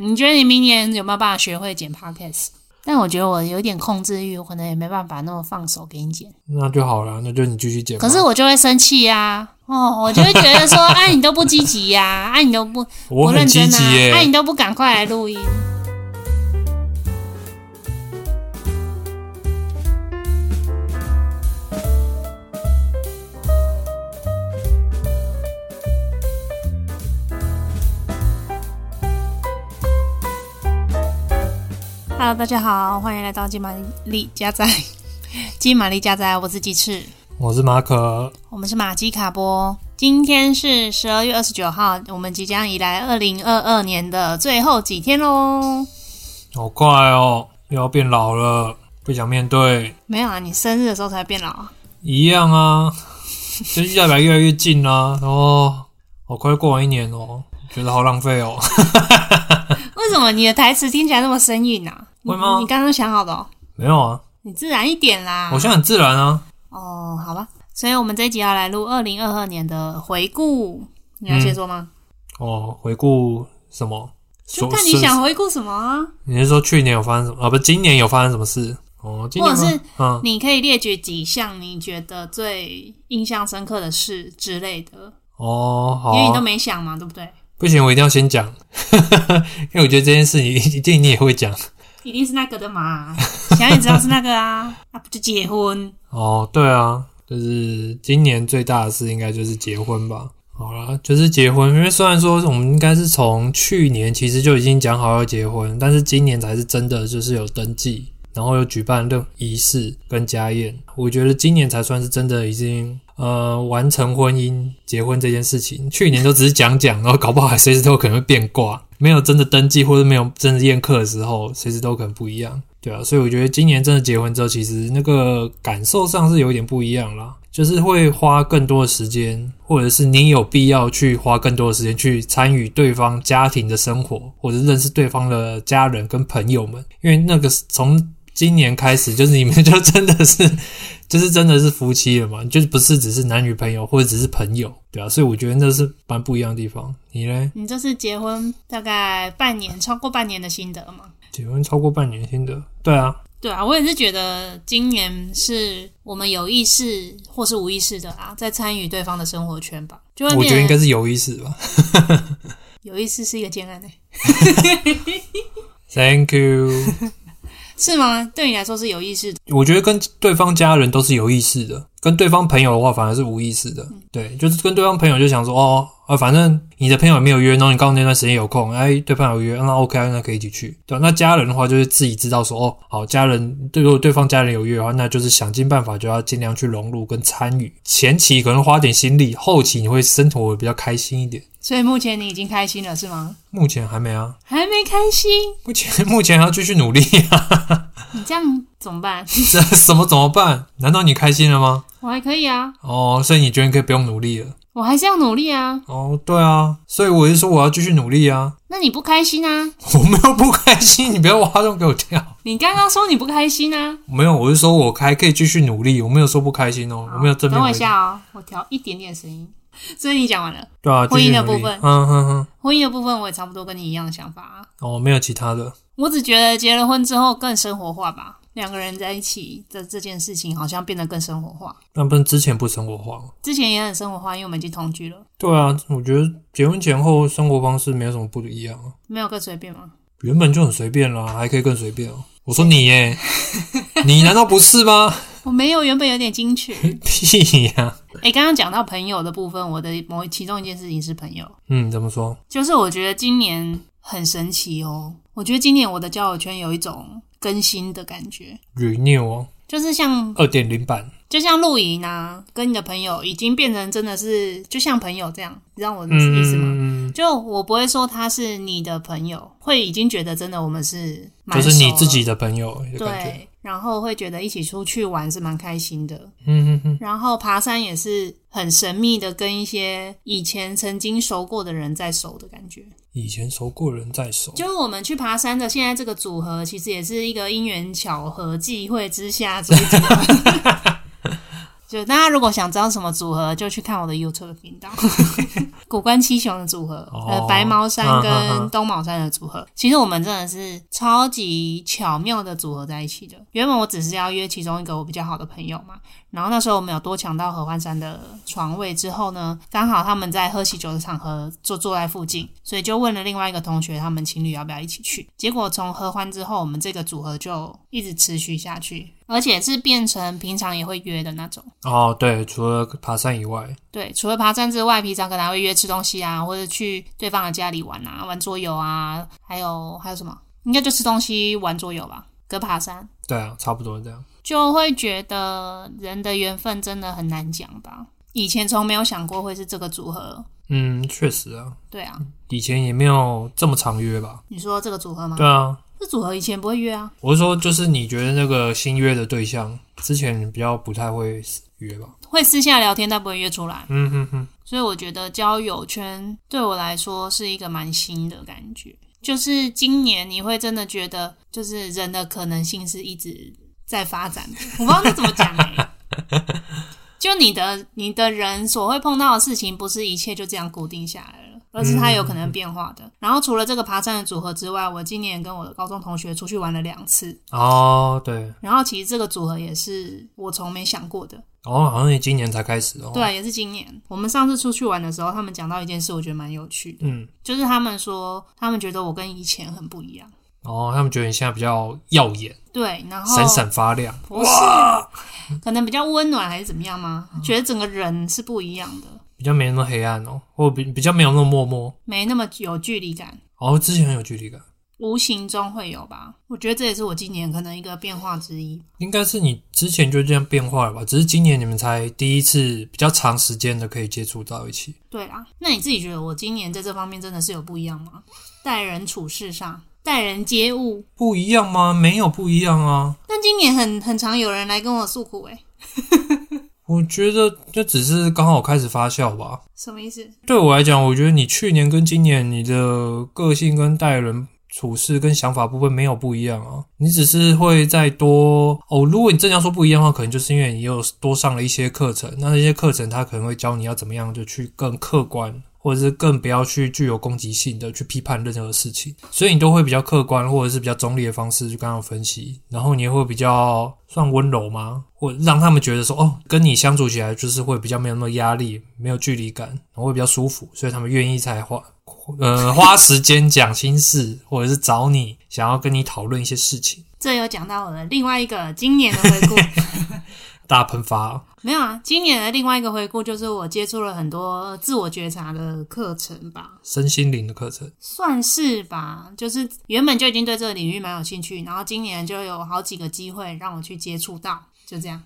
你觉得你明年有没有办法学会剪 podcast？但我觉得我有点控制欲，我可能也没办法那么放手给你剪。那就好了，那就你继续剪吧。可是我就会生气呀、哦，我就会觉得 说，哎、你都不积极呀、哎、你都不不我很认积真啊极，耶、哎、你都不赶快来录音。Hello，大家好，欢迎来到金玛丽家宅。金玛丽家宅，我是鸡翅。我是马可，我们是马基卡波，今天是十二月二十九号，我们即将迎来二零二二年的最后几天喽。好快哦，又要变老了，不想面对，没有啊，你生日的时候才变老啊。一样啊， 就越来越来越近啦、然后哦好快过完一年哦，觉得好浪费哦。 为什么你的台词听起来那么生硬啊？你会吗你刚刚想好的、哦，没有啊，你自然一点啦。我现在很自然啊，哦，好吧。所以我们这一集要来录二零二二年的回顾，你要先说吗？哦，回顾什么？就说看你是想回顾什么啊。你是说去年有发生什么啊？不，今年有发生什么事？哦，今年或者是嗯，你可以列举几项你觉得最印象深刻的事之类的，哦，好因为你都啊，没想嘛，对不对？不行，我一定要先讲， 因为我觉得这件事你 一定你也会讲。一定是那个的嘛， 想也知道是那个啊，那不就结婚？哦，对啊，就是今年最大的事应该就是结婚吧。好啦，就是结婚，因为虽然说我们应该是从去年其实就已经讲好要结婚，但是今年才是真的就是有登记，然后有举办任仪式跟家宴。我觉得今年才算是真的已经呃完成婚姻结婚这件事情。去年都只是讲讲，然后搞不好还随时都有可能会变卦，没有真的登记或者没有真的宴客的时候，随时都有可能不一样。对啊，所以我觉得今年真的结婚之后，其实那个感受上是有一点不一样啦，就是会花更多的时间，或者是你有必要去花更多的时间去参与对方家庭的生活，或者是认识对方的家人跟朋友们，因为那个是从今年开始，就是你们就真的是， 就是真的是夫妻了嘛，就是不是只是男女朋友或者只是朋友，对啊，所以我觉得那是蛮不一样的地方。你嘞，你这次结婚大概半年，超过半年的心得嘛？结婚超过半年新的，对啊，对啊，我也是觉得今年是我们有意识或是无意识的啊，在参与对方的生活圈吧，就会我觉得应变该得是有意思吧。有意识是一个艰难欸呢、 Thank you 。是吗？对你来说是有意识的，我觉得跟对方家人都是有意识的，跟对方朋友的话反而是无意识的。对，就是跟对方朋友就想说，哦，啊，反正你的朋友也没有约，然后你刚好那段时间有空，哎，对方有约，那 OK，啊那可以一起去。对，那家人的话就是自己知道说，哦，好，家人，对，如果对方家人有约的话，那就是想尽办法就要尽量去融入跟参与。前期可能花点心力，后期你会生活得比较开心一点。所以目前你已经开心了是吗？目前还没啊，还没开心，目前 目前还要继续努力啊， 你这样怎么办？ 这什么怎么办？难道你开心了吗？我还可以啊，哦，所以你觉得你可以不用努力了？我还是要努力啊。哦，对啊，所以我就说我要继续努力啊！那你不开心啊？我没有不开心，你不要挖洞给我跳。你刚刚说你不开心啊？没有，我是说我还可以继续努力，我没有说不开心哦，我没有正面等我回一答。下哦，我调一点点声音。 所以你讲完了，对啊，婚继姻续的努力部分嗯哼哼，婚姻的部分我也差不多跟你一样的想法啊。哦，没有其他的。我只觉得结了婚之后更生活化吧，两个人在一起的这件事情好像变得更生活化。那不是之前不生活化吗？之前也很生活化，因为我们已经同居了，对啊，我觉得结婚前后生活方式没有什么不一样啊，没有更随便吗？原本就很随便啦，还可以更随便哦。我说你耶，你难道不是吗？ 我没有，原本有点矜持。屁呀、诶，刚刚讲到朋友的部分，我的某其中一件事情是朋友，嗯，怎么说？就是我觉得今年很神奇哦。我觉得今年我的交友圈有一种更新的感觉， renew 哦，就是像二点零版。就像露营啊，跟你的朋友已经变成真的是就像朋友这样，你知道我的意思吗？嗯，就我不会说他是你的朋友，会已经觉得真的我们是蛮就是你熟了自己的朋友的感觉。对，然后会觉得一起出去玩是蛮开心的，嗯嗯嗯，然后爬山也是很神秘的，跟一些以前曾经熟过的人在熟的感觉。以前熟过人再熟，就是我们去爬山的现在这个组合，其实也是一个因缘巧合、际会之下组成的。 就大家如果想知道什么组合，就去看我的 YouTube 频 道，古关七雄的组合，哦呃，白毛山嗯嗯跟嗯东毛山的组合。其实我们真的是超级巧妙的组合在一起的。原本我只是要约其中一个我比较好的朋友嘛，然后那时候我们有多抢到合欢山的床位之后呢，刚好他们在喝喜酒的场合就坐在附近，所以就问了另外一个同学，他们情侣要不要一起去。结果从合欢之后，我们这个组合就一直持续下去，而且是变成平常也会约的那种。哦，对，除了爬山以外，对，除了爬山之外，平常可能还会约吃东西啊，或者去对方的家里玩啊，玩桌游啊，还有还有什么？应该就吃东西、玩桌游吧，跟爬山。对啊，差不多这样。就会觉得人的缘分真的很难讲吧。以前从没有想过会是这个组合，嗯，确实啊，对啊，以前也没有这么常约吧？你说这个组合吗？对啊，这组合以前不会约啊，我是说，就是你觉得那个新约的对象，之前比较不太会约吧？会私下聊天，但不会约出来。嗯哼哼，所以我觉得交友圈对我来说是一个蛮新的感觉。就是今年你会真的觉得，就是人的可能性是一直在发展的。我不知道该怎么讲哎、就你的你的人所会碰到的事情，不是一切就这样固定下来了，而是它有可能变化的。然后除了这个爬山的组合之外，我今年跟我的高中同学出去玩了两次，哦，对，然后其实这个组合也是我从没想过的。哦，好像也今年才开始哦。，对，啊也是今年。我们上次出去玩的时候，他们讲到一件事，我觉得蛮有趣的，嗯，就是他们说他们觉得我跟以前很不一样。哦，他们觉得你现在比较耀眼，对，然后闪闪发亮。不是，可能比较温暖还是怎么样吗？觉得整个人是不一样的，比较没那么黑暗哦，或比比较没有那么默默。没那么有距离感，哦，之前很有距离感，无形中会有吧。我觉得这也是我今年可能一个变化之一。应该是你之前就这样变化了吧？只是今年你们才第一次比较长时间的可以接触到一起。对啦，那你自己觉得我今年在这方面真的是有不一样吗？待人处事上，待人接物。不一样吗？没有不一样啊。但今年很很常有人来跟我诉苦、欸，诶，我觉得这只是刚好开始发酵吧。什么意思？对我来讲，我觉得你去年跟今年你的个性跟待人处事跟想法部分没有不一样啊，你只是会再多哦。如果你真的要说不一样的话，可能就是因为你又多上了一些课程，那那些课程它可能会教你要怎么样就去更客观。或者是更不要去具有攻击性的去批判任何事情，所以你都会比较客观或者是比较中立的方式去跟他们分析，然后你也会比较算温柔吗？或让他们觉得说哦，跟你相处起来就是会比较没有那么压力，没有距离感，然后会比较舒服，所以他们愿意才花呃花时间讲心事，或者是找你想要跟你讨论一些事情，这有讲到我的另外一个今年的回顾，大喷发没有啊，今年的另外一个回顾就是我接触了很多自我觉察的课程吧，身心灵的课程。 算是吧，就是原本就已经对这个领域蛮有兴趣，然后今年就有好几个机会让我去接触到，就这样。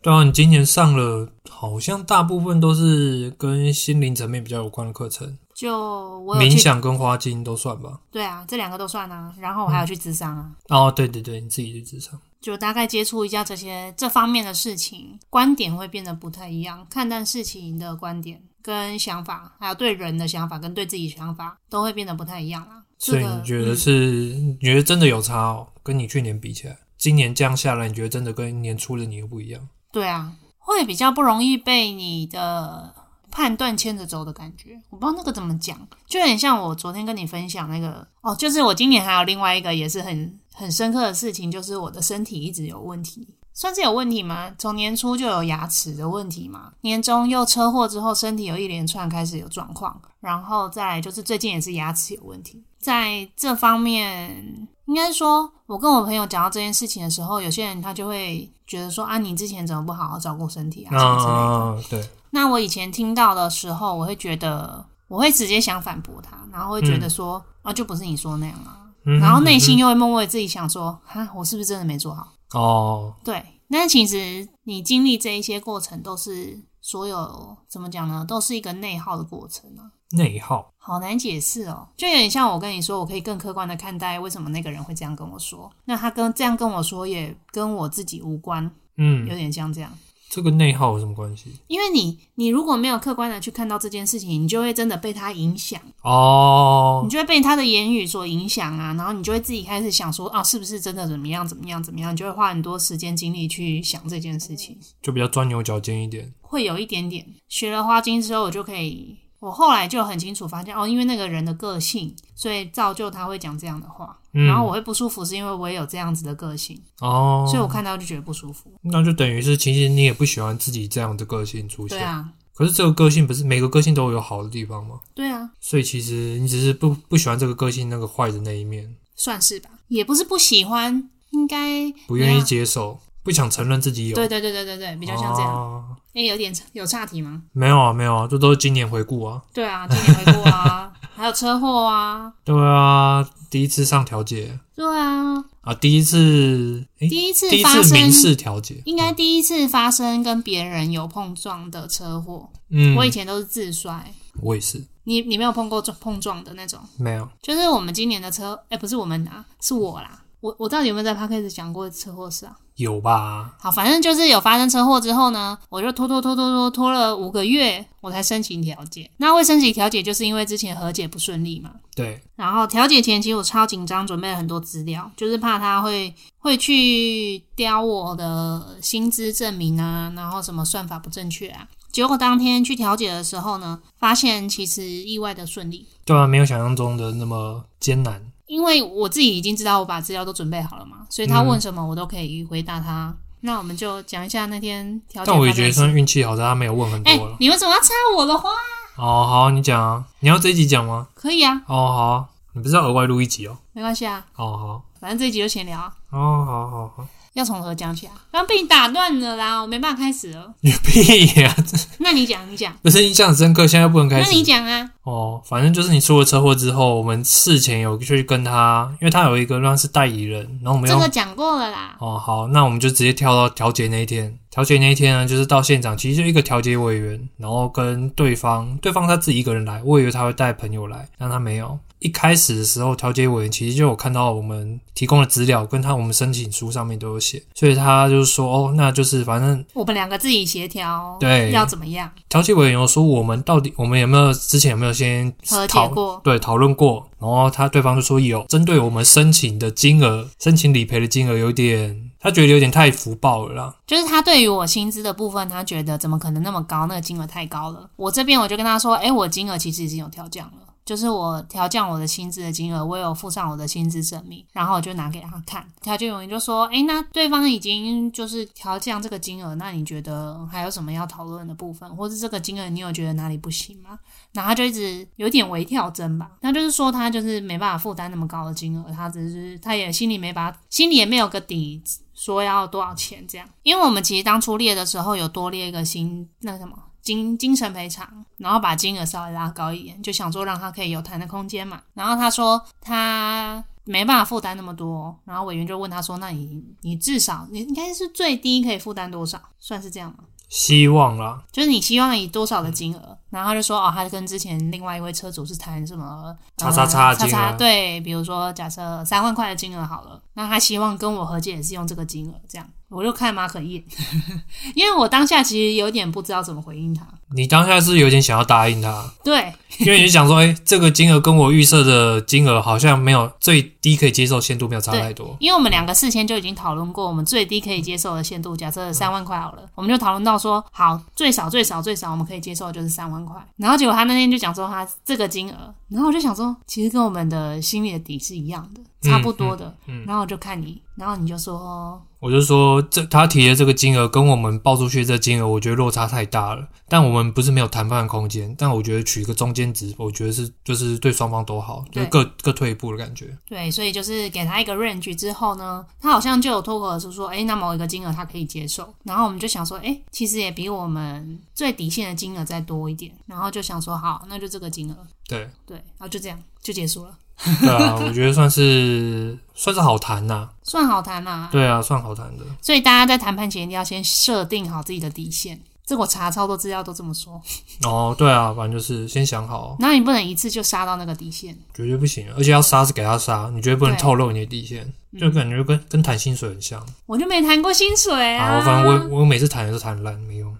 对啊，你今年上了，好像大部分都是跟心灵层面比较有关的课程，就我有冥去，想跟花精都算吧。对啊，这两个都算啊，然后嗯我还有去智商啊，哦，对对对，你自己去职场。就大概接触一下这些这方面的事情，观点会变得不太一样，看待事情的观点跟想法，还有对人的想法跟对自己想法都会变得不太一样啦。所以这个你觉得是？你觉得真的有差哦？跟你去年比起来，今年这样下来，你觉得真的跟年初的你又不一样？对啊，会比较不容易被你的判断牵着走的感觉。我不知道那个怎么讲，就很像我昨天跟你分享那个哦，就是我今年还有另外一个也是很很深刻的事情，就是我的身体一直有问题。算是有问题吗？从年初就有牙齿的问题嘛，年中又车祸之后，身体有一连串开始有状况，然后再来就是最近也是牙齿有问题，在这方面应该说，我跟我朋友讲到这件事情的时候，有些人他就会觉得说啊，你之前怎么不好好照顾身体啊，什么之类的。啊，对，那我以前听到的时候，我会觉得，我会直接想反驳他，然后会觉得说、啊，就不是你说那样啊，嗯然后内心又会默默地自己想说，哈，我是不是真的没做好？哦，对，那其实你经历这一些过程，都是所有怎么讲呢？都是一个内耗的过程啊。内耗，好难解释哦，就有点像我跟你说，我可以更客观的看待为什么那个人会这样跟我说，那他跟这样跟我说也跟我自己无关，嗯有点像这样。这个内耗有什么关系？因为你你如果没有客观的去看到这件事情，你就会真的被他影响，你哦，就会被他的言语所影响啊，然后你就会自己开始想说，啊，是不是真的怎么样怎么样怎么样，你就会花很多时间精力去想这件事情，就比较钻牛角尖一点。会有一点点学了花精之后，我就可以，我后来就很清楚发现，哦，因为那个人的个性，所以造就他会讲这样的话，嗯然后我会不舒服，是因为我也有这样子的个性，哦，所以我看到就觉得不舒服，那就等于是，其实你也不喜欢自己这样的个性出对现。啊，可是这个个性不是每个个性都有好的地方吗？对啊，所以其实你只是不不喜欢这个个性那个坏的那一面，算是吧，也不是不喜欢，应该不愿你意要接受，不想承认自己有，对对对对对对，比较像这样。哦哎、有点有岔题吗？没有啊，没有啊，这都是今年回顾啊。对啊，今年回顾 啊，还有车祸啊，对啊，第一次上调解对啊，啊，第一次，诶，第一次第一发次生民，事调解，应该第一次发生跟别人有碰撞的车祸。嗯，我以前都是自摔，我也是你你没有碰过撞碰撞的那种，没有，就是我们今年的车，哎、不是我们啊，是我啦。我我到底有没有在 p a c a s 讲过车祸事啊？有吧？好，反正就是有发生车祸之后呢，我就拖拖拖拖拖拖了五个月，我才申请调解。那会申请调解，就是因为之前和解不顺利嘛。对，然后调解前，其实我超紧张，准备了很多资料，就是怕他会会去刁我的薪资证明啊，然后什么算法不正确啊。结果当天去调解的时候呢，发现其实意外的顺利，对啊，没有想象中的那么艰难。因为我自己已经知道我把资料都准备好了嘛，所以他问什么我都可以回答他。那我们就讲一下那天调解。但我也觉得算运气好的，他没有问很哎、多了。你为什么要插我的话？哦，好，你讲啊，你要这一集讲吗？可以啊，哦，好啊，你不是要额外录一集哦？没关系啊，哦，好，反正这一集就闲聊啊。哦，好好好，要从何讲起啊？刚被你打断了啦，我没办法开始了。你屁呀、那你讲，你讲，不是印象很深刻，现在不能那开始你讲啊。哦。反正就是你出了车祸之后，我们事前有去跟他，因为他有一个算是代理人，然后我们这用个讲过了啦，哦，好，那我们就直接跳到调解那一天。调解那一天呢，就是到现场，其实就一个调解委员，然后跟对方，对方他自己一个人来，我以为他会带朋友来，但他没有。一开始的时候，调解委员其实就有看到我们提供的资料，跟他我们申请书上面都有写，所以他就说，哦，那就是反正我们两个自己协调，对要怎么样调解委员有说我们到底我们有没有之前有没有先和解讨过？对，讨论过，然后他对方就说有，针对我们申请的金额，申请理赔的金额有点，他觉得有点太浮报了啦。就是他对于我薪资的部分，他觉得怎么可能那么高？那个金额太高了。我这边我就跟他说，哎、我金额其实已经有调降了。就是我调降我的薪资的金额，我有附上我的薪资证明，然后我就拿给他看。调解员就说：“哎，那对方已经就是调降这个金额，那你觉得还有什么要讨论的部分，或是这个金额你有觉得哪里不行吗？”然后他就一直有点微跳针吧，那就是说他就是没办法负担那么高的金额，他只是他也心里没把心里也没有个底，说要多少钱这样。因为我们其实当初列的时候有多列一个新那个什么精精神赔偿，然后把金额稍微拉高一点，就想说让他可以有谈的空间嘛。然后他说他。没办法负担那么多，然后委员就问他说：“那你你至少你应该是最低可以负担多少？算是这样吗？”希望啦，就是你希望以多少的金额，然后他就说哦，他跟之前另外一位车主是谈什么叉叉呃叉的叉金额叉对，比如说假设三万块的金额好了，那他希望跟我和解也是用这个金额，这样我就看马可叶， 因为我当下其实有点不知道怎么回应他，你当下是有点想要答 应他，对因为你想说，哎、这个金额跟我预设的金额好像没有最低可以接受限度没有差太多，因为我们两个事先就已经讨论过，我们最低可以接受的限度，假设三万块好了，我们就讨论到说，好，最少最少最少我们可以接受的就是三万块。然后结果他那天就讲说他这个金额，然后我就想说，其实跟我们的心里的底是一样的，差不多的。然后我就看你，然后你就说，哦我就说这他提的这个金额跟我们报出去这金额，我觉得落差太大了。但我们不是没有谈判的空间，但我觉得取一个中间值，我觉得是就是对双方都好，就是各各退一步的感觉。对，所以就是给他一个 range 之后呢，他好像就有脱口而出说，哎，那某一个金额他可以接受。然后我们就想说，哎，其实也比我们最底线的金额再多一点，然后就想说，好，那就这个金额，对，对，然后就这样就结束了。对啊，我觉得算是算是好谈 呐、算好谈啦、对啊，算好谈的。所以大家在谈判前一定要先设定好自己的底线。这个我查超多资料都这么说。哦，对啊，反正就是先想好，然后你不能一次就杀到那个底线，绝对不行，而且要杀是给他杀，你绝对不能对透露你的底线，就感觉跟跟谈薪水很像。嗯我就没谈过薪水啊。啊，反正我我每次谈也是谈烂，没用。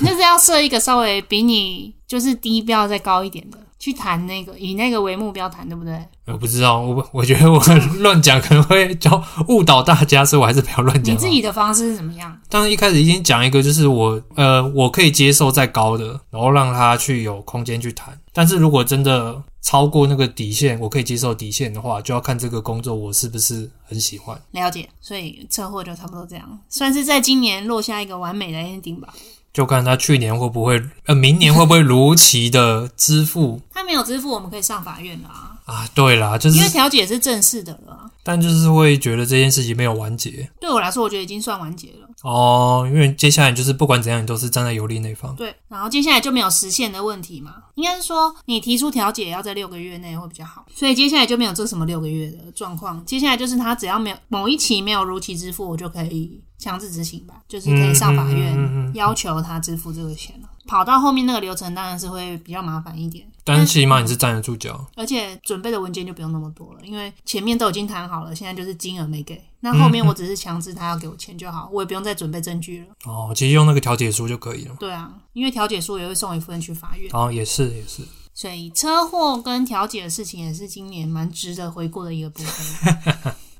就是要设一个稍微比你就是低标再高一点的去谈那个，以那个为目标谈，对不对？我不知道，我我觉得我 乱讲可能会教误导大家，所以我还是不要乱讲你好自了。己的方式是怎么样？当然一开始已经讲一个，就是我呃，我可以接受再高的，然后让他去有空间去谈。但是如果真的超过那个底线，我可以接受底线的话，就要看这个工作我是不是很喜欢。了解，所以车祸就差不多这样，算是在今年落下一个完美的 ending 吧。就看他去年会不会，呃，明年会不会如期的支付他没有支付，我们可以上法院了啊，啊？对啦，就因为是，调解是正式的了啊。但就是会觉得这件事情没有完结对我来说，我觉得已经算完结了。哦，因为接下来就是不管怎样，你都是站在有利那一方。对，然后接下来就没有实现的问题嘛，应该是说你提出调解要在六个月内会比较好，所以接下来就没有这什么六个月的状况。接下来就是他只要没有某一期没有如期支付，我就可以强制执行吧，就是可以上法嗯院要求他支付这个钱了。跑到后面那个流程当然是会比较麻烦一点，但起码你是站得住脚，而且准备的文件就不用那么多了，因为前面都已经谈好了，现在就是金额没给，那后嗯面我只是强制他要给我钱就好，我也不用再准备证据了。哦，其实用那个调解书就可以了。对啊，因为调解书也会送一份去法院。哦，也是也是，所以车祸跟调解的事情也是今年蛮值得回顾的一个部分，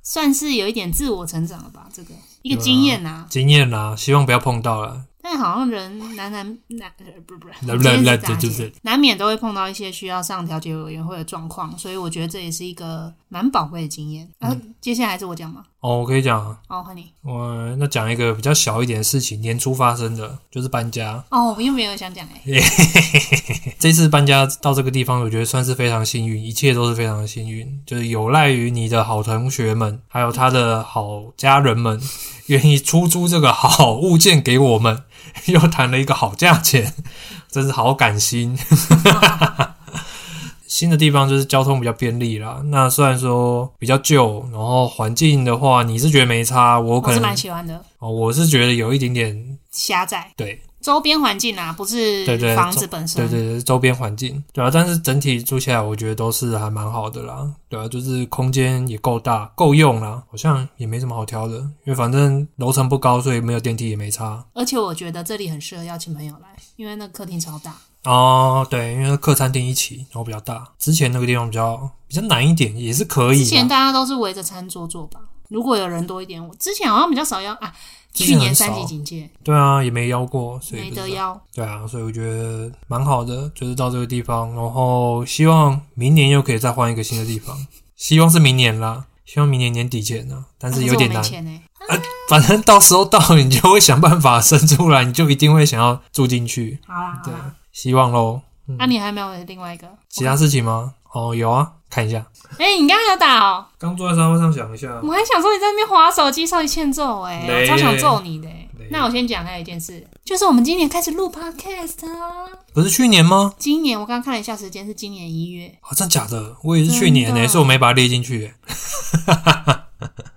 算是有一点自我成长了吧，这个一个经验呐、啊。经验啦，希望不要碰到啦。但好像人难难难呃不不不，今难天是难杂对对技对难免都会碰到一些需要上调解委员会的状况，所以我觉得这也是一个蛮宝贵的经验。然后嗯接下来是我讲吗？哦，我可以讲啊，哦，换你。我那讲一个比较小一点的事情，年初发生的，就是搬家。哦，我又没有想讲哎、这次搬家到这个地方，我觉得算是非常幸运，一切都是非常幸运，就是有赖于你的好同学们，还有他的好家人们， 愿意出租这个好物件给我们， 又谈了一个好价钱， 真是好感心。 新的地方就是交通比较便利啦，那虽然说比较旧，然后环境的话，你是觉得没差，我我可是能蛮喜欢的，哦，我是觉得有一点点狭窄对，周边环境啊，不是对对房周子本身。对对对，周边环境，对啊，但是整体住起来，我觉得都是还蛮好的啦，对啊，就是空间也够大，够用啦，好像也没什么好挑的，因为反正楼层不高，所以没有电梯也没差。而且我觉得这里很适合邀请朋友来，因为那客厅超大。哦，对，因为客餐厅一起，然后比较大。之前那个地方比较比较难一点，也是可以之前啦。大家都是围着餐桌做吧，如果有人多一点，我之前好像比较少邀啊。之去前很年三少级警戒对啊，也没邀过，所以没不知道得邀，对啊，所以我觉得蛮好的，就是到这个地方，然后希望明年又可以再换一个新的地方，希望是明年啦，希望明年年底前呢、但是有点难啊可，是我没钱欸反正到时候到了你就会想办法生出来，你就一定会想要住进去，好啦，好对啦，，希望喽。那、你还没有另外一个？其他事情吗？哦，有啊，看一下，哎、你刚刚有打哦、刚坐在沙发上想一下，我还想说你在那边划手机，稍微欠揍哎、没我超想揍你的、欸没。那我先讲还有一件事，就是我们今年开始录 podcast 啊。不是去年吗？今年我刚看了一下时间，是今年一月，啊，真假的？我也是去年呢、真的所以我没把它列 进去、欸。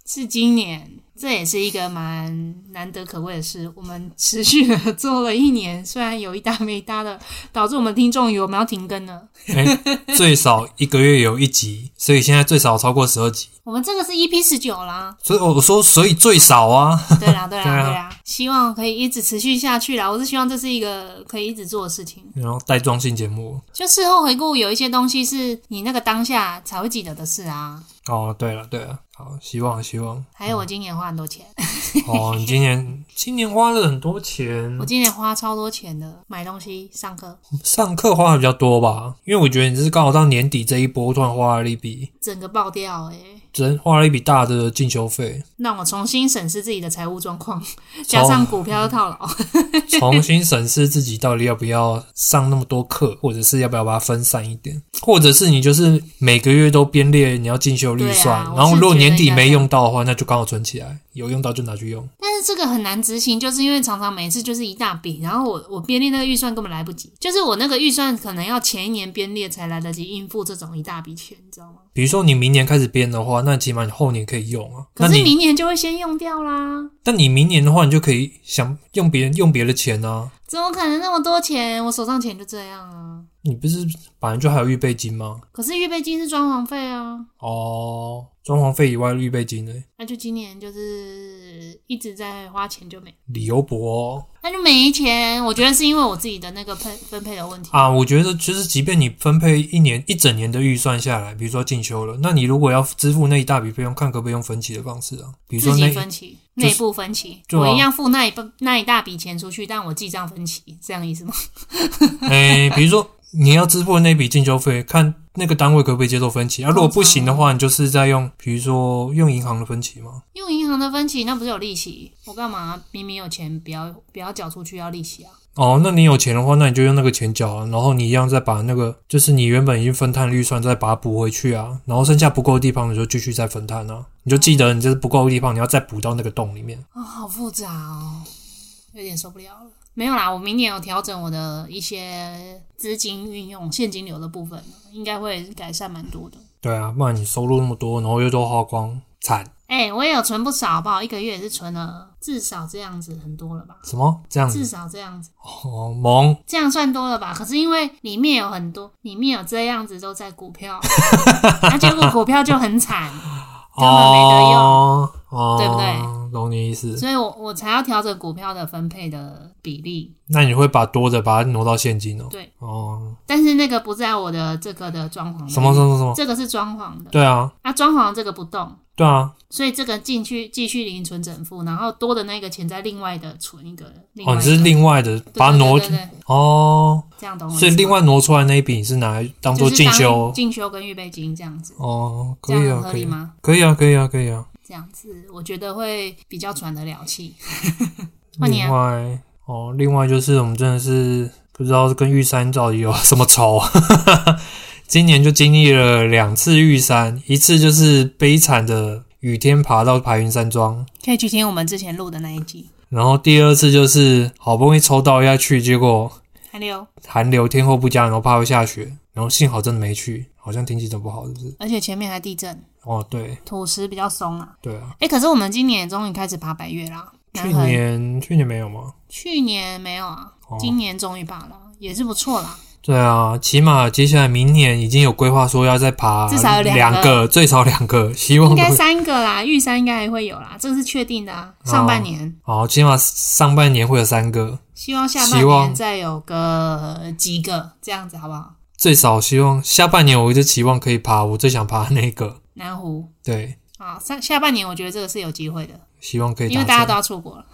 是今年，这也是一个蛮难得可贵的事。我们持续的做了一年，虽然有一搭没一搭的，导致我们听众以为我们要停更了。哎最少一个月有一集，所以现在最少超过十二集。 我们这个是 EP 十九 啦，所以哦我说，所以最少啊。对啦，对啦，对啊对啦，希望可以一直持续下去啦。我是希望这是一个可以一直做的事情。然后带妆性节目。就事后回顾，有一些东西是你那个当下才会记得的事啊。哦，对了对了，好，希望希望。还有我今年花很多钱，哦，你今年 今年花了很多钱我，今年花超多钱的，买东西、上课，上课花的比较多吧？因为我觉得你是刚好到年底这一波，突然花了一笔，整个爆掉欸诶、真花了一笔大的进 修费，让我重新审视自己的财务状况，加上股票的套牢。 重新审视自己到底要不要上那么多课，或者是要不要把它分散一点，或者是你就是每个月都编列你要进修预算，对啊然后我是如觉果得年底应该没这样用到的话，那就刚好存起来，有用到就拿去用。但是这个很难执行，就是因为常常每次就是一大笔，然后我我编列那个预算根本来不及，就是我那个预算可能要前一年编列才来得及应付这种一大笔钱，你知道吗？比如说你明年开始编的话，那起码你后年可以用啊。可那是你明年就会先用掉啦，但你明年的话，你就可以想用别人用别的钱啊。怎么可能那么多钱？我手上钱就这样啊。你不是本来就还有预备金吗？可是预备金是装潢费啊，哦，装潢费以外的预备金呢、那就今年就是一直在花钱就没，理由薄、哦、那就没钱。我觉得是因为我自己的那个分分配的问题。啊，我觉得其实即便你分配一年一整年的预算下来，比如说进修了，那你如果要支付那一大笔费用，看可不可以用分期的方式啊？比如自说那己分期，就是内部分期，对啊我一样付那一部那一大笔钱出去，但我记账分期，这样意思吗？哎、比如说你要支付的那笔进修费，看那个单位可不可以接受分期啊？如果不行的话，你就是在用，比如说用银行的分期嘛。用银行的分期，那不是有利息？我干嘛明明有钱，不要不要缴出去要利息啊？哦，那你有钱的话，那你就用那个钱缴啊，然后你一样再把那个，就是你原本已经分摊的预算，再把它补回去啊，然后剩下不够的地方，你就继续再分摊啊，你就记得你这是不够的地方，你要再补到那个洞里面。啊、好复杂哦，有点受不了了。没有啦，我明年有调整我的一些资金运用、现金流的部分，应该会改善蛮多的。对啊，不然你收入那么多，然后又都花光，惨！哎、我也有存不少，好不好？一个月也是存了至少这样子，很多了吧？什么这样至子？少这样子。哦，萌，这样算多了吧？可是因为里面有很多，里面有这样子都在股 票，啊，结果股票就很惨，根本没得用哦，哦对不对？懂你意思。所以我我才要调整股票的分配的比例。那你会把多的把它挪到现金哦？对，哦，但是那个不在我的这个的装潢里什么什么什么？这个是装潢的，对啊，啊，装潢这个不动，对啊。所以这个进去继续零存整付，然后多的那个钱再另外的存一个，另外哦，一你个是另外的对把它挪对对对对哦，这样懂我意思吗？所以另外挪出来那一笔你是拿来当做进就是当修进修跟预备金这样子，哦，这可以样啊，合可理以，吗？可以啊，可以啊，可以啊。这样子，我觉得会比较喘得了气。嗯换你另啊，外哦，另外就是我们真的是不知道跟玉山到底有什么仇。啊 今年就经历了两次玉山，一次就是悲惨的雨天爬到排云山庄，可以去听我们之前录的那一集。然后第二次就是好不容易抽到要去，结果还有，寒流天候不佳，然后怕会下雪，然后幸好真的没去，好像天气都不好，是不是？而且前面还地震，哦，对土石比较松啊。对啊，哎、可是我们今年终于开始爬百越啦。去南横年去年没有吗？去年没有啊，哦，今年终于爬了，也是不错啦。对啊，起码接下来明年已经有规划说要再爬至少有两两个个，最少两个， 希望应该三个啦，玉山应该还会有啦，这是确定的啊。哦上半年、好，起码上半年会有三个，希望下希半望年再有个几个这样子，好不好？最少希望下半年我就期望可以爬我最想爬的那个，南湖对，啊，上下半年我觉得这个是有机会的。希望可以达因成。为大家都要出国了，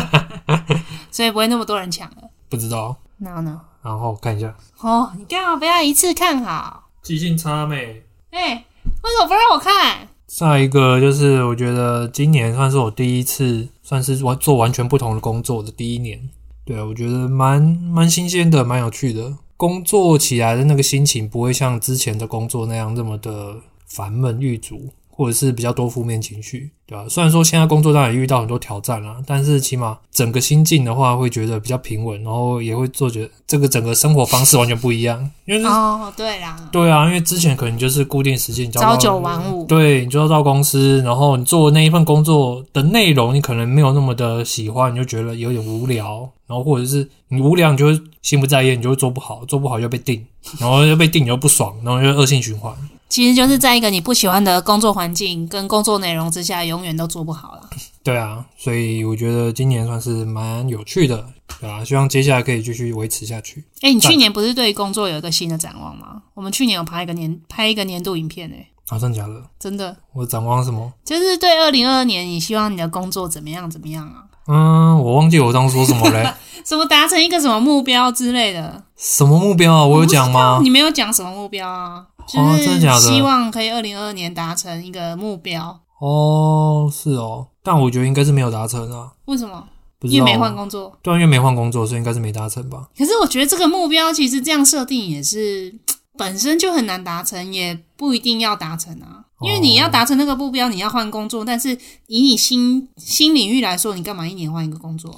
所以不会那么多人抢了。不知道，然后呢？然后看一下哦，你干嘛不要一次看好？记性差没。哎、为什么不让我看？再一个就是，我觉得今年算是我第一次，算是完做完全不同的工作的第一年。对啊，我觉得蛮蛮新鲜的，蛮有趣的。工作起来的那个心情不会像之前的工作那样这么的烦闷欲足，或者是比较多负面情绪，对吧、虽然说现在工作当然也遇到很多挑战啦、但是起码整个心境的话会觉得比较平稳，然后也会做觉得这个整个生活方式完全不一样，因为、哦，对啦，对啊，因为之前可能就是固定时间，你知道吗朝九晚五，对，你就要到公司，然后你做那一份工作的内容，你可能没有那么的喜欢，你就觉得有点无聊，然后或者是你无聊，你就会心不在焉，你就会做不好，做不好就被定， 然后又被定你又不爽，然后就恶性循环。其实就是在一个你不喜欢的工作环境跟工作内容之下，永远都做不好了。对啊，所以我觉得今年算是蛮有趣的，对啊，希望接下来可以继续维持下去。哎、你对去年不是对工作有一个新的展望吗？我们去年有拍一个年拍一个年度影片、欸，啊，真的假的？真的我展望什么？ 就是对二零二二年，你希望你的工作怎么样怎么样啊？嗯，我忘记我当时说什么嘞？什么达成一个什么目标之类的？什么目标啊？我有讲吗？ 你没有讲什么目标啊？就哦真的是假的希望可以二零二二年达成一个目标。哦，是哦，但我觉得应该是没有达成啊。为什么？不知因道为没换工作。对啊，因为没换工作，所以应该是没达成吧？可是我觉得这个目标其实这样设定也是本身就很难达成，也不一定要达成啊。哦因为你要达成那个目标，你要换工作，但是以你新新领域来说，你干嘛一年换一个工作？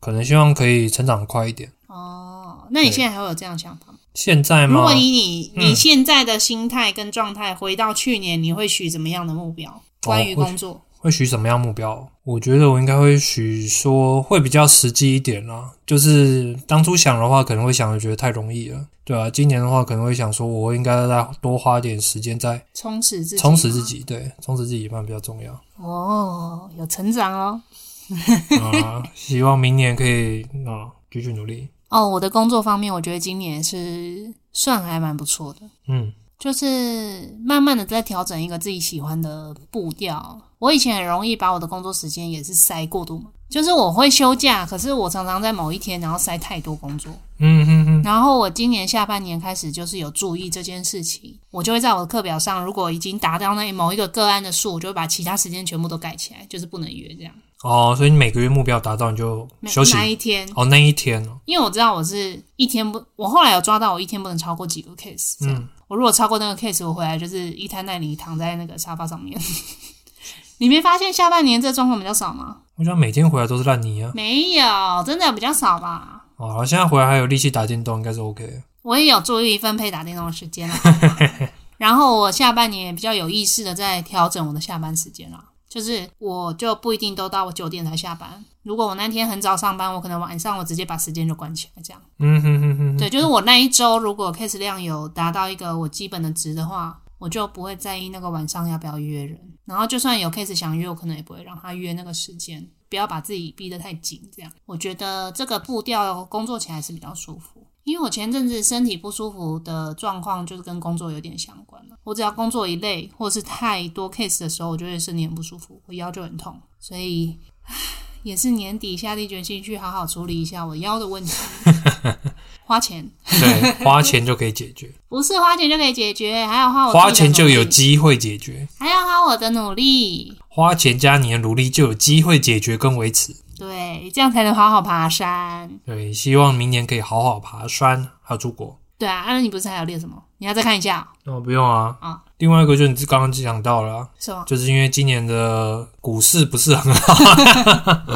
可能希望可以成长快一点。哦，那你对现在还会有这样想法吗？现在如吗果？以你嗯你现在的心态跟状态回到去年，你会许怎么样的目标？关于哦我工作，会许什么样目标？我觉得我应该会许说会比较实际一点啦。就是当初想的话，可能会想觉得太容易了，对啊。今年的话，可能会想说，我应该再多花点时间在充实自己，充实自。己，对，充实自己反而比较重要哦，有成长哦。啊。 希望明年可以啊继续努力。哦，我的工作方面，我觉得今年是算还蛮不错的。嗯就是慢慢的在调整一个自己喜欢的步调。我以前很容易把我的工作时间也是塞过度嘛，就是我会休假，可是我常常在某一天然后塞太多工作。嗯嗯嗯，然后我今年下半年开始就是有注意这件事情，我就会在我的课表上，如果已经达到那某一个个案的数，我就会把其他时间全部都改起来，就是不能约这样。哦，所以你每个月目标达到，你就那休息那一天，哦，那一天哦，因为我知道我是一天不，我后来有抓到我一天不能超过几个 case，这样。我如果超过那个 case，我回来就是一滩烂泥躺在那个沙发上面。 你没发现下半年这状况比较少吗？我想每天回来都是烂泥啊。没有，真的比较少吧。哦，然后现在回来还有力气打电动，应该是 OK 的。我也有注意分配打电动的时间了，然后我下半年也比较有意识的在调整我的下班时间了，就是我就不一定都到九点才下班。如果我那天很早上班，我可能晚上我直接把时间就关起来这样。嗯哼哼哼，对，就是我那一周如果 case 量有达到一个我基本的值的话，我就不会在意那个晚上要不要约人。然后就算有 case 想约，我可能也不会让他约那个时间，不要把自己逼得太紧。这样，我觉得这个步调工作起来是比较舒服。因为我前阵子身体不舒服的状况，就是跟工作有点相关了。我只要工作一累，或是太多 case 的时候，我就会身体很不舒服，我腰就很痛。所以，唉也是年底下定决心去好好处理一下我腰的问题，花钱。对，花钱就可以解 决，不是花钱就可以解决，还要花我自己的花钱就有努力机会解决，还要花我的努力，花钱加你的努力就有机会解决跟维持。对，这样才能好好爬山。对，希望明年可以好好爬山，还有出国。对啊，那你不是还有练什么？你要再看一下、哦，不用啊。啊另外一个就是你刚刚讲到了啊、哦，是吗？就是因为今年的股市不是很好，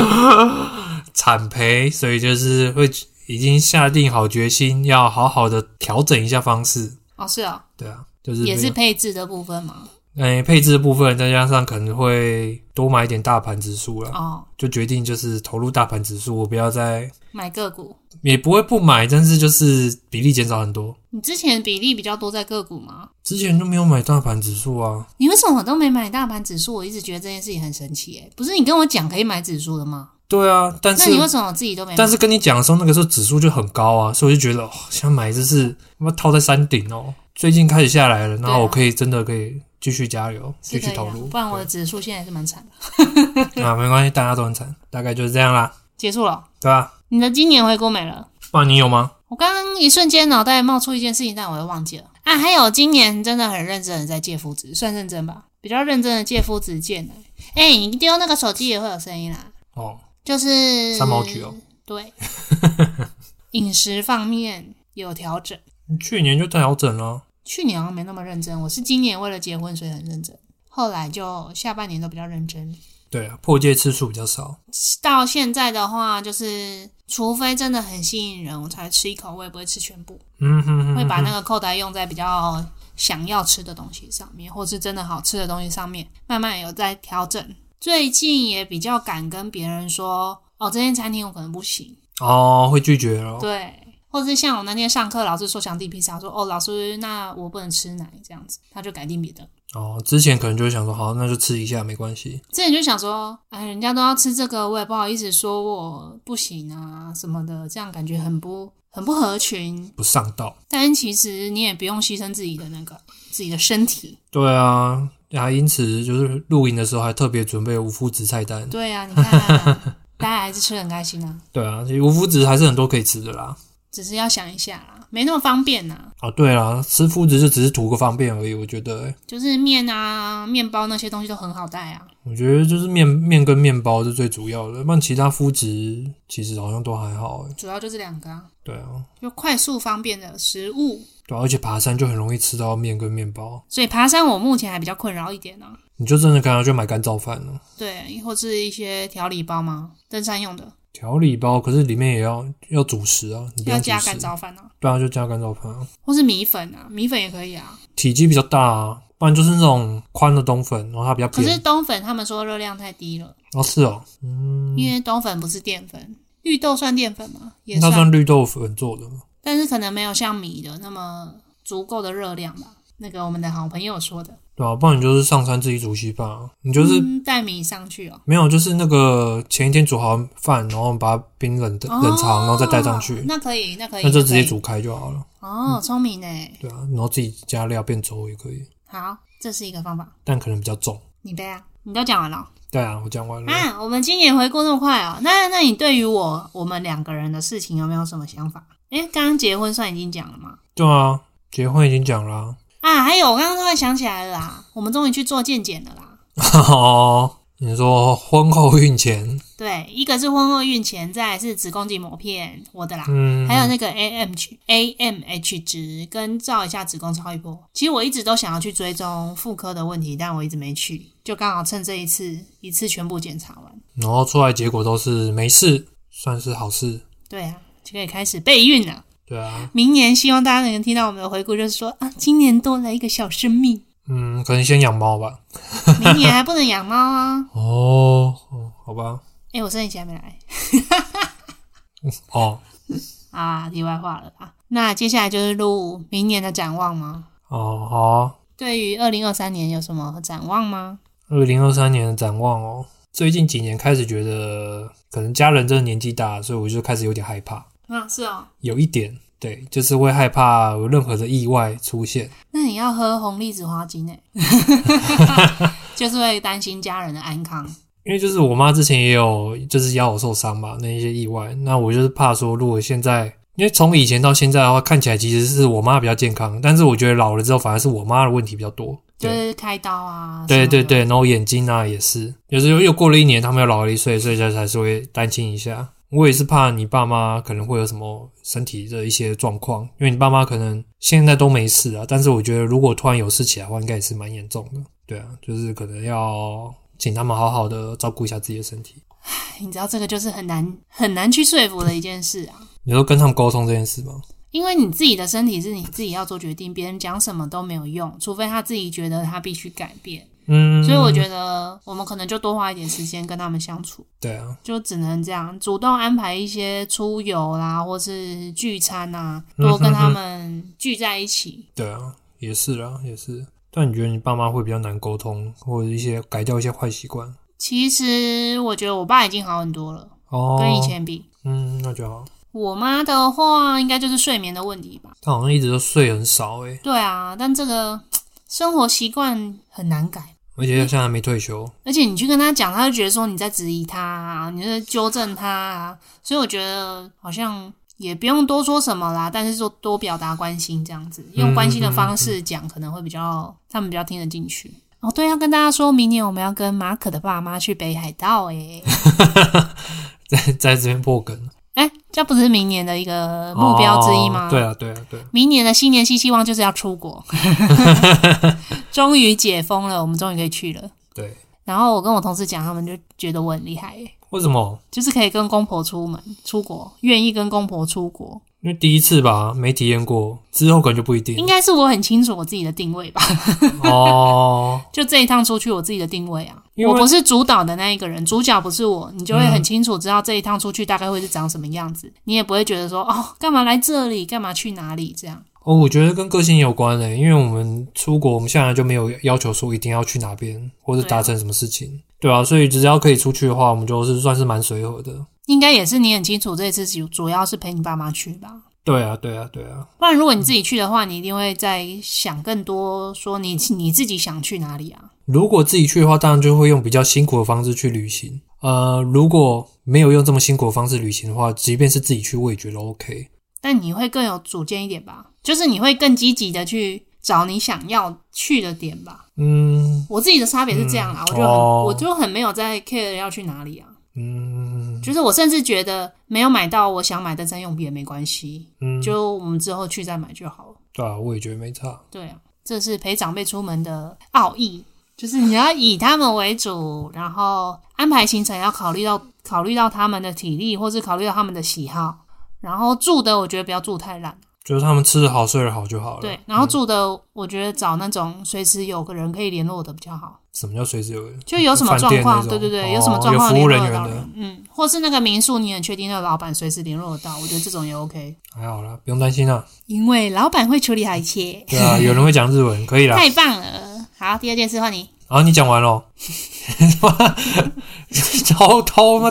惨赔，所以就是会已经下定好决心，要好好的调整一下方式。哦，是哦，对啊，就是也没是有配置的部分嘛。诶、哎配置的部分，再加上可能会多买一点大盘指数了，哦，就决定就是投入大盘指数，我不要再买个股，也不会不买，但是就是比例减少很多。你之前比例比较多在个股吗？之前都没有买大盘指数啊，你为什么都没买大盘指数？我一直觉得这件事情很神奇诶、不是你跟我讲可以买指数的吗？对啊，但那是你为什么自己都没买？但是跟你讲的时候，那个时候指数就很高啊，所以我就觉得、哦、想买就是他妈套在山顶哦。最近开始下来了，然后我可以、真的可以继续加油，啊是继可续以投啊入。不然我的指数现在是蛮惨的。对啊，没关系，大家都很惨，大概就是这样啦，结束了，对吧、你的今年回顾没了。不然你有吗？我刚刚一瞬间脑袋冒出一件事情，但我又忘记了啊！还有今年真的很认真的在借肤质，算认真吧，比较认真的借肤质借奶。哎、你丢那个手机也会有声音啦，哦，就是三毛菊哦。 对，饮食方面有调整，你去年就调整了，去年好像没那么认真，我是今年为了结婚所以很认真，后来就下半年都比较认真。对啊，破戒次数比较少。到现在的话，就是除非真的很吸引人，我才吃一口，我也不会吃全部。嗯哼哼，会把那个扣台用在比较想要吃的东西上面，或是真的好吃的东西上面，慢慢有在调整。最近也比较敢跟别人说，哦，这间餐厅我可能不行，哦，会拒绝了。对，或是像我那天上课，老师说想订披萨，我说哦，老师，那我不能吃奶这样子，他就改订别的。哦，之前可能就会想说，好，那就吃一下没关系。之前就想说，哎，人家都要吃这个，我也不好意思说我不行啊什么的，这样感觉很不很不合群。不上道。但其实你也不用牺牲自己的那个自己的身体，对啊，啊，因此就是露营的时候还特别准备无麸质菜单。对呀、你看，大家还是吃的很开心啊， 对啊，其实无麸质还是很多可以吃的啦。只是要想一下啦，没那么方便啊呐、哦，对啦，吃麸质就只是图个方便而已。我觉得、欸就是面啊、面包那些东西都很好带啊。我觉得就是面面跟面包是最主要的，那其他麸质其实好像都还好、欸。主要就是两个、啊，对啊，就快速方便的食物。对啊而且爬山就很容易吃到面跟面包，所以爬山我目前还比较困扰一点呢、啊。你就真的刚刚就买干燥饭了。对，或是一些调理包嘛，登山用的。调理包，可是里面也要要主食啊，你不要用加主食干燥饭啊，对啊，就加干燥饭啊。或是米粉啊，米粉也可以啊。体积比较大、啊，不然就是那种宽的冬粉，然后它比较可偏。是冬粉他们说热量太低了，哦，是哦，因为冬粉不是淀粉，绿豆算淀粉吗？也那算，算绿豆粉做的吗？但是可能没有像米的那么足够的热量吧。那个我们的好朋友说的，对啊，不然你就是上山自己煮稀饭啊，你就是、嗯带米上去哦，没有，就是那个前一天煮好饭，然后把它冰冷的冷藏，然后再带上哦去，那可以，那可以，那就直接可以煮开就好了。哦，聪明呢。对啊，然后自己加料变粥也可以，好，这是一个方法。但可能比较重。你背啊，你都讲完了对啊，我讲完了。啊？我们今年回顾那么快哦。那那你对于我我们两个人的事情有没有什么想法？诶，刚刚结婚算已经讲了吗？对啊，结婚已经讲了、啊。啊，还有我刚刚突然想起来了啦，我们终于去做健检了啦。哦， 你说婚后孕前，对，一个是婚后孕前，再来是子宫颈膜片，我的啦，嗯，还有那个 AMH AMH 值跟照一下子宫超音波。其实我一直都想要去追踪妇科的问题，但我一直没去，就刚好趁这一次一次全部检查完。然后出来结果都是没事，算是好事。对啊，就可以开始备孕了。对啊，明年希望大家能听到我们的回顾，就是说啊，今年多了一个小生 命，嗯，可能先养猫吧。明年还不能养猫啊。哦，哦好吧，诶、我生理期还没来哦，啊，题外话了啦。那接下来就是录明年的展望吗？哦，好啊。对于二零二三年有什么展望吗？二零二三年的展望哦，最近几年开始觉得，可能家人真的年纪大，所以我就开始有点害怕，啊，是哦。有一点，对，就是会害怕有任何的意外出现。那你要喝红栗子花精 诶、就是会担心家人的安康。因为就是我妈之前也有就是腰有受伤嘛，那一些意外，那我就是怕说，如果现在，因为从以前到现在的话，看起来其实是我妈比较健康，但是我觉得老了之后反而是我妈的问题比较多。就对是开刀啊，对什对么的对，，然后眼睛啊也是，就是又又过了一年，他们又老了一岁，所以才才是会担心一下。我也是怕你爸妈可能会有什么身体的一些状况，因为你爸妈可能现在都没事啊，但是我觉得如果突然有事起来的话，应该也是蛮严重的。对啊，就是可能要请他们好好的照顾一下自己的身体。你知道这个就是很难很难去说服的一件事啊。你说跟他们沟通这件事吗？因为你自己的身体是你自己要做决定，别人讲什么都没有用，除非他自己觉得他必须改变。嗯，所以我觉得我们可能就多花一点时间跟他们相处，对啊，就只能这样主动安排一些出游啦，或是聚餐啊，嗯多跟他们聚在一起。对啊，也是啊，也是。但你觉得你爸妈会比较难沟通，或者一些改掉一些坏习惯？其实我觉得我爸已经好很多了，哦，跟以，前比。嗯，那就好。我妈的话，应该就是睡眠的问题吧。他好像一直都睡很少欸诶、对啊，但这个生活习惯很难改。而且他现在还没退休。 而且你去跟他讲，他就觉得说你在质疑他、啊，你在纠正他、啊，所以我觉得好像也不用多说什么啦，但是说多表达关心这样子，用关心的方嗯式讲，可能会比较他们比较听得进去。哦，对，要跟大家说明年我们要跟马可的爸妈去北海道、欸， 在在这边破梗，诶、这不是明年的一个呃目标之一吗？哦对啊，对啊，对啊，明年的新年新希望就是要出 国，终于解封了，我们终于可以去了。对。然后我跟我同事讲，他们就觉得我很厉害耶、为什么？就是可以跟公婆出门出国，愿意跟公婆出国，因为第一次吧，没体验过，之后可能就不一定应。该是我很清楚我自己的定位吧。哦，就这一趟出去，我自己的定位啊，因为我不是主导的那一个人，主角不是我，你就会很清楚知道这一趟出去大概会是长什么样子，你也不会觉得说哦，干嘛来这里，干嘛去哪里这样。哦，我觉得跟个性有关诶、因为我们出国，我们向来就没有要求说一定要去哪边，或者对啊达成什么事情，对啊，所以只要可以出去的话，我们就是算是蛮随和的。应该也是你很清楚这次主主要是陪你爸妈去吧，对啊，对啊，对啊，不然如果你自己去的话，你一定会在想更多，说你 你自己想去哪里啊？如果自己去的话，当然就会用比较辛苦的方式去旅行。呃，如果没有用这么辛苦的方式旅行的话，即便是自己去，我也觉得 OK。但你会更有主见一点吧，就是你会更积极的去找你想要去的点吧。嗯我自己的差别是这样啦，嗯我就很、哦我就很没有在 care 要去哪里啊，嗯就是我甚至觉得没有买到我想买的专用笔也没关系，嗯，就我们之后去再买就好了。对啊，我也觉得没差。对啊，这是陪长辈出门的奥义，就是你要以他们为主，然后安排行程要考虑到考虑到他们的体力，或是考虑到他们的喜好，然后住的我觉得不要住太烂，就是他们吃得好、睡得好就好了。对，然后住的我觉得找那种随时有个人可以联络的比较好。什么叫随时有人？就有什么饭状店况，那对对种对，有什么状哦况有服务联人络得员到的，人，嗯，或是那个民宿你很确定那个老板随时联络得到，我觉得这种也 OK，还好啦，不用担心啦。因为老板会处理好一切，对啊，有人会讲日文，可以啦。太棒了。好，第二件事换你，然啊后你讲完了， 偷偷妈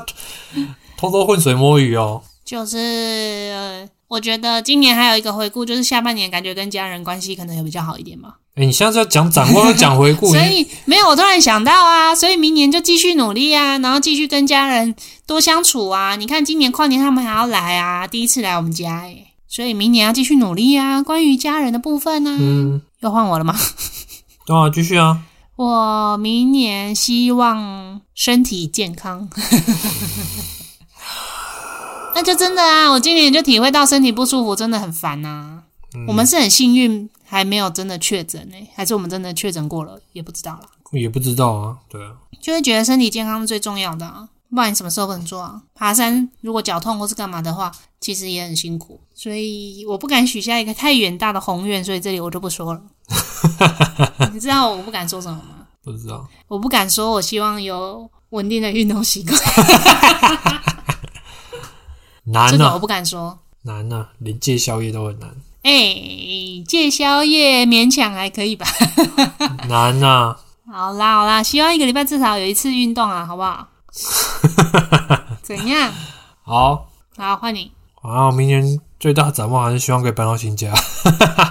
偷偷浑水摸鱼哦。就是、呃我觉得今年还有一个回顾，就是下半年感觉跟家人关系可能有比较好一点嘛，哎，你现在是要讲展望，要讲回顾，所你以没有，我突然想到啊，所以明年就继续努力啊，然后继续跟家人多相处啊。你看今年跨年他们还要来啊，第一次来我们家诶、所以明年要继续努力啊。关于家人的部分呢、嗯，又换我了吗？ 对啊，继续啊。我明年希望身体健康。 那就真的啊，我今年就体会到身体不舒服真的很烦啊呐、嗯我们是很幸运，还没有真的确诊呢、还是我们真的确诊过了，也不知道啦。也不知道啊，对啊，就会觉得身体健康是最重要的啊。不然你什么时候不能做啊？爬山如果脚痛或是干嘛的话，其实也很辛苦，所以我不敢许下一个太远大的宏愿，所以这里我就不说了。 你知道我不敢说什么吗？不知道。我不敢说，我希望有稳定的运动习惯，这难个啊我，不敢说。难啊，连戒宵夜都很难，哎、戒宵夜勉强还可以吧。难啊。好啦好啦，希望一个礼拜至少有一次运动啊，好不 好？怎样？好，好，换 你。啊，我明年最大的展望还是希望可以搬到新家。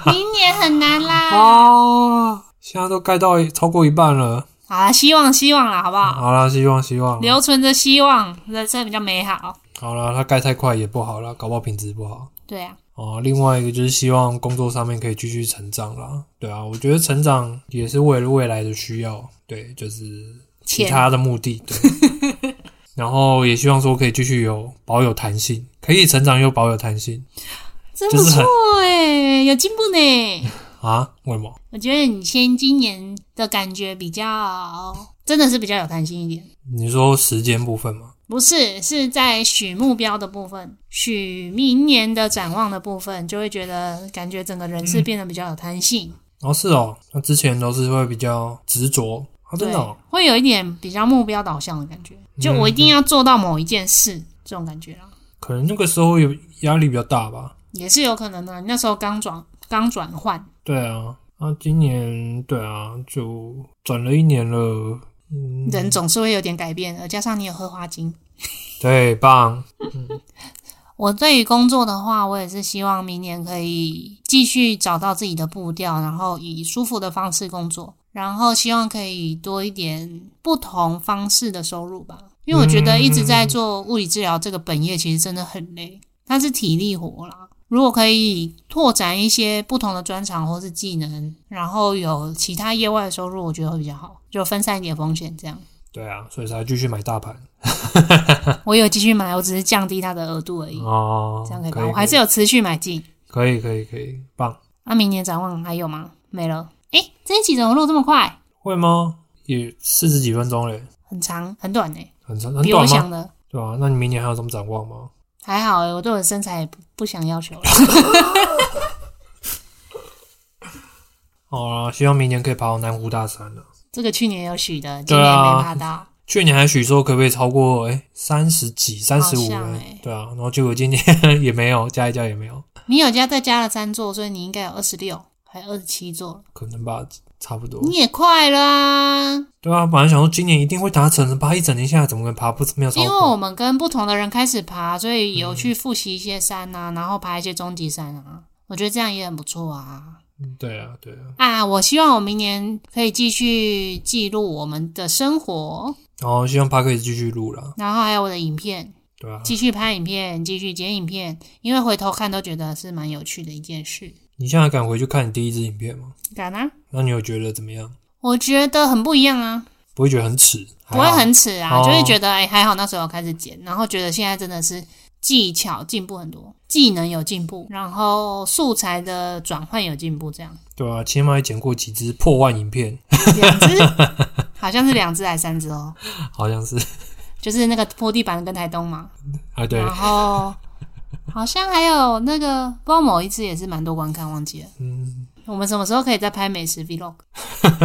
明年很难啦。哦，现在都盖到超过一半了。好啦，希望希望啦，好不好？好啦，希望希望。留存着希望，人生比较美好。好啦，它盖太快也不好啦，搞不好品质不好。对啊，哦，另外一个就是希望工作上面可以继续成长啦。对啊，我觉得成长也是为了未来的需要，对，就是其钱他的目的。对，然后也希望说可以继续有保有弹性，可以成长又保有弹性真就不是错很哎、有进步呢。啊？为什么？我觉得你先今年的感觉比较，真的是比较有弹性一点。你说时间部分吗？不是，是在许目标的部分，许明年的展望的部分，就会觉得感觉整个人嗯是变得比较有弹性，哦，是哦，那之前都是会比较执着啊，真对的、哦，嗯会有一点比较目标导向的感觉，就我一定要做到某一件事、这种感觉啦。可能那个时候有压力比较大吧。也是有可能的。你那时候刚转刚转换，对啊，啊，今年对啊，就转了一年了，嗯，人总是会有点改变的，加上你有喝花精。对，棒，我对于工作的话，我也是希望明年可以继续找到自己的步调，然后以舒服的方式工作，然后希望可以多一点不同方式的收入吧。因为我觉得一直嗯在做物理治疗这个本业，其实真的很累，它是体力活啦。如果可以拓展一些不同的专长或是技能，然后有其他业外的收入，我觉得会比较好，就分散一点风险这样。对啊，所以才继续买大盘我有继续买，我只是降低它的额度而已，哦，这样可以吧？可以，我还是有持续买进。可以，可以，可以，棒，那、啊明年展望还有吗？没了。诶，这一集怎么录这么快？会吗？也四十几分钟嘞，很长，很短诶，很长，很比我短吗？想的对啊，那你明年还有什么展望吗？还好欸诶，我对我的身材也不不想要求了。 好啊，希望明年可以爬到南湖大山了。这个去年有许的，今对年啊没爬到。去年还许说可不可以超过哎三十几、三十五好像欸？对啊，然后结果今年 也没有，加一加也没有，你有家再加了三座，所以你应该有二十六，还二十七座了。可能吧，差不多。你也快啦、对啊，本来想说今年一定会达成的，爬一整年下来怎么可能爬不没有超嗯因为过？我们跟不同的人开始爬，所以有去复习一些山呐、然后爬一些终极山啊。我觉得这样也很不错啊。对啊，对啊。啊，我希望我明年可以继续记录我们的生活，然后希望爬可以继续录啦。然后还有我的影片，对啊，继续拍影片，继续剪影片，因为回头看都觉得是蛮有趣的一件事。你现在敢回去看你第一支影片吗？敢啊？那你有觉得怎么样？我觉得很不一样啊，不会觉得很耻？不会还好很耻啊，哦就会觉得哎、还好那时候开始剪，然后觉得现在真的是技巧进步很多，技能有进步，然后素材的转换有进步，这样对吧、啊？起码也剪过几支破万影片，两 只，好像是两只还是三只哦，好像是 就是那个拖地板跟台东嘛，啊，对，然后好像还有那个不知道某一只也是蛮多观看，忘记了。嗯，我们什么时候可以再拍美食 vlog？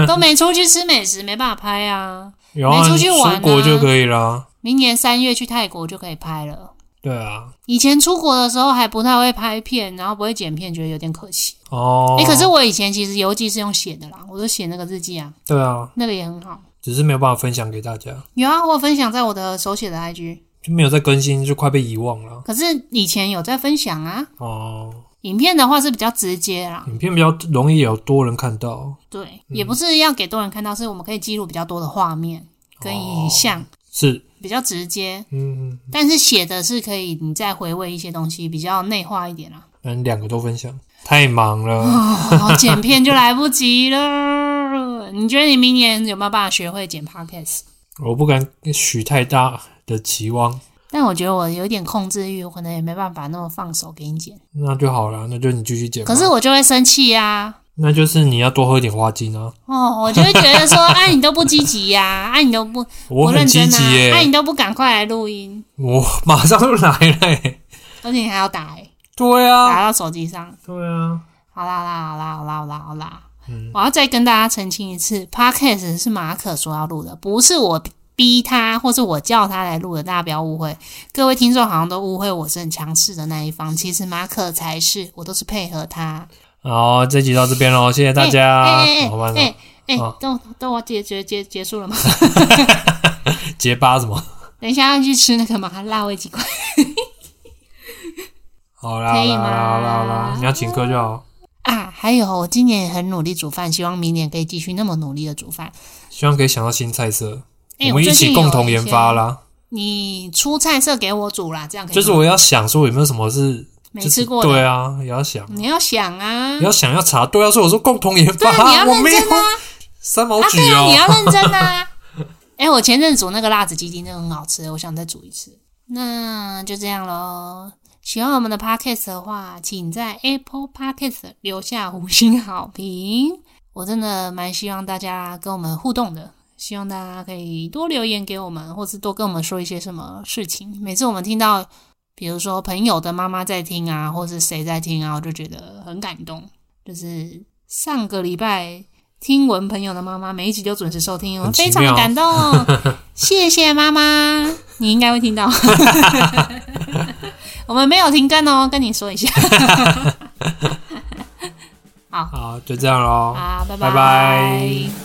都 没出去吃美食，没办法拍啊。然后没出去玩啊出国就可以啦。明年三月去泰国就可以拍了。对啊，以前出国的时候还不太会拍片，然后不会剪片，觉得有点可惜。哦，哎、可是我以前其实游记是用写的啦，我都写那个日记啊，对啊，那个也很好。只是没有办法分享给大家，有啊，我有分享在我的手写的 IG，就没有再更新，就快被遗忘了。可是以前有在分享啊。哦，影片的话是比较直接啦，影片比较容易有多人看到，对，嗯也不是要给多人看到，是我们可以记录比较多的画面哦跟影像，是，比较直接。嗯，但是写的是可以你再回味一些东西，比较内化一点啦。嗯，两个都分享，太忙了。 哦，剪片就来不及了。你觉得你明年有没有办法学会剪 podcast？我不敢许太大的期望，但我觉得我有点控制欲，我可能也没办法那么放手给你剪。那就好了，那就你继续剪吧。可是我就会生气呀、那就是你要多喝点花精啊！哦，我就会觉得说，哎、你都不积极呀、 哎、你都不不我很认真积啊极，耶、哎、你都不赶快来录音，我马上就来了、耶而且你还要打、哎对啊，打到手机上。对啊，好啦啦，好啦，好啦，好啦，好啦。嗯我要再跟大家澄清一次，Podcast 是马可说要录的，不是我逼他或是我叫他来录的，大家不要误会。各位听众好像都误会我是很强势的那一方，其实马可才是，我都是配合他。好，这集到这边喽，谢谢大家，哎哎好慢哦哎哎啊，等我等我结结结结束了吗？ 结巴什么？等一下要去吃那个麻辣味鸡块，好啦，可以好啦，吗好啦，好啦，你要请客就好。啊！还有，我今年也很努力煮饭，希望明年可以继续那么努力的煮饭。希望可以想到新菜色，哎、们一最近起共同研发有一些。啦。你出菜色给我煮啦，这样可以吗。就是我要想说有没有什么是没就是吃过的，对啊，也要想，你要想啊，也要想要查，对啊，所以我说共同研对发，啊，你要我认没有真啊。三毛啊，举对啊，你哦，要认真 啊！哎、我前阵子煮那个辣子鸡丁真的很好吃，我想再煮一次。那就这样喽。喜欢我们的 podcast 的话，请在 Apple Podcast 留下五星好评。我真的蛮希望大家跟我们互动的，希望大家可以多留言给我们，或是多跟我们说一些什么事情。每次我们听到，比如说朋友的妈妈在听啊，或是谁在听啊，我就觉得很感动。就是上个礼拜听闻朋友的妈妈每一集都准时收听哦，很奇非常的妙感动，谢谢妈妈，你应该会听到。 我们没有停更哦，跟你说一下。好，就这样喽，好，拜拜拜拜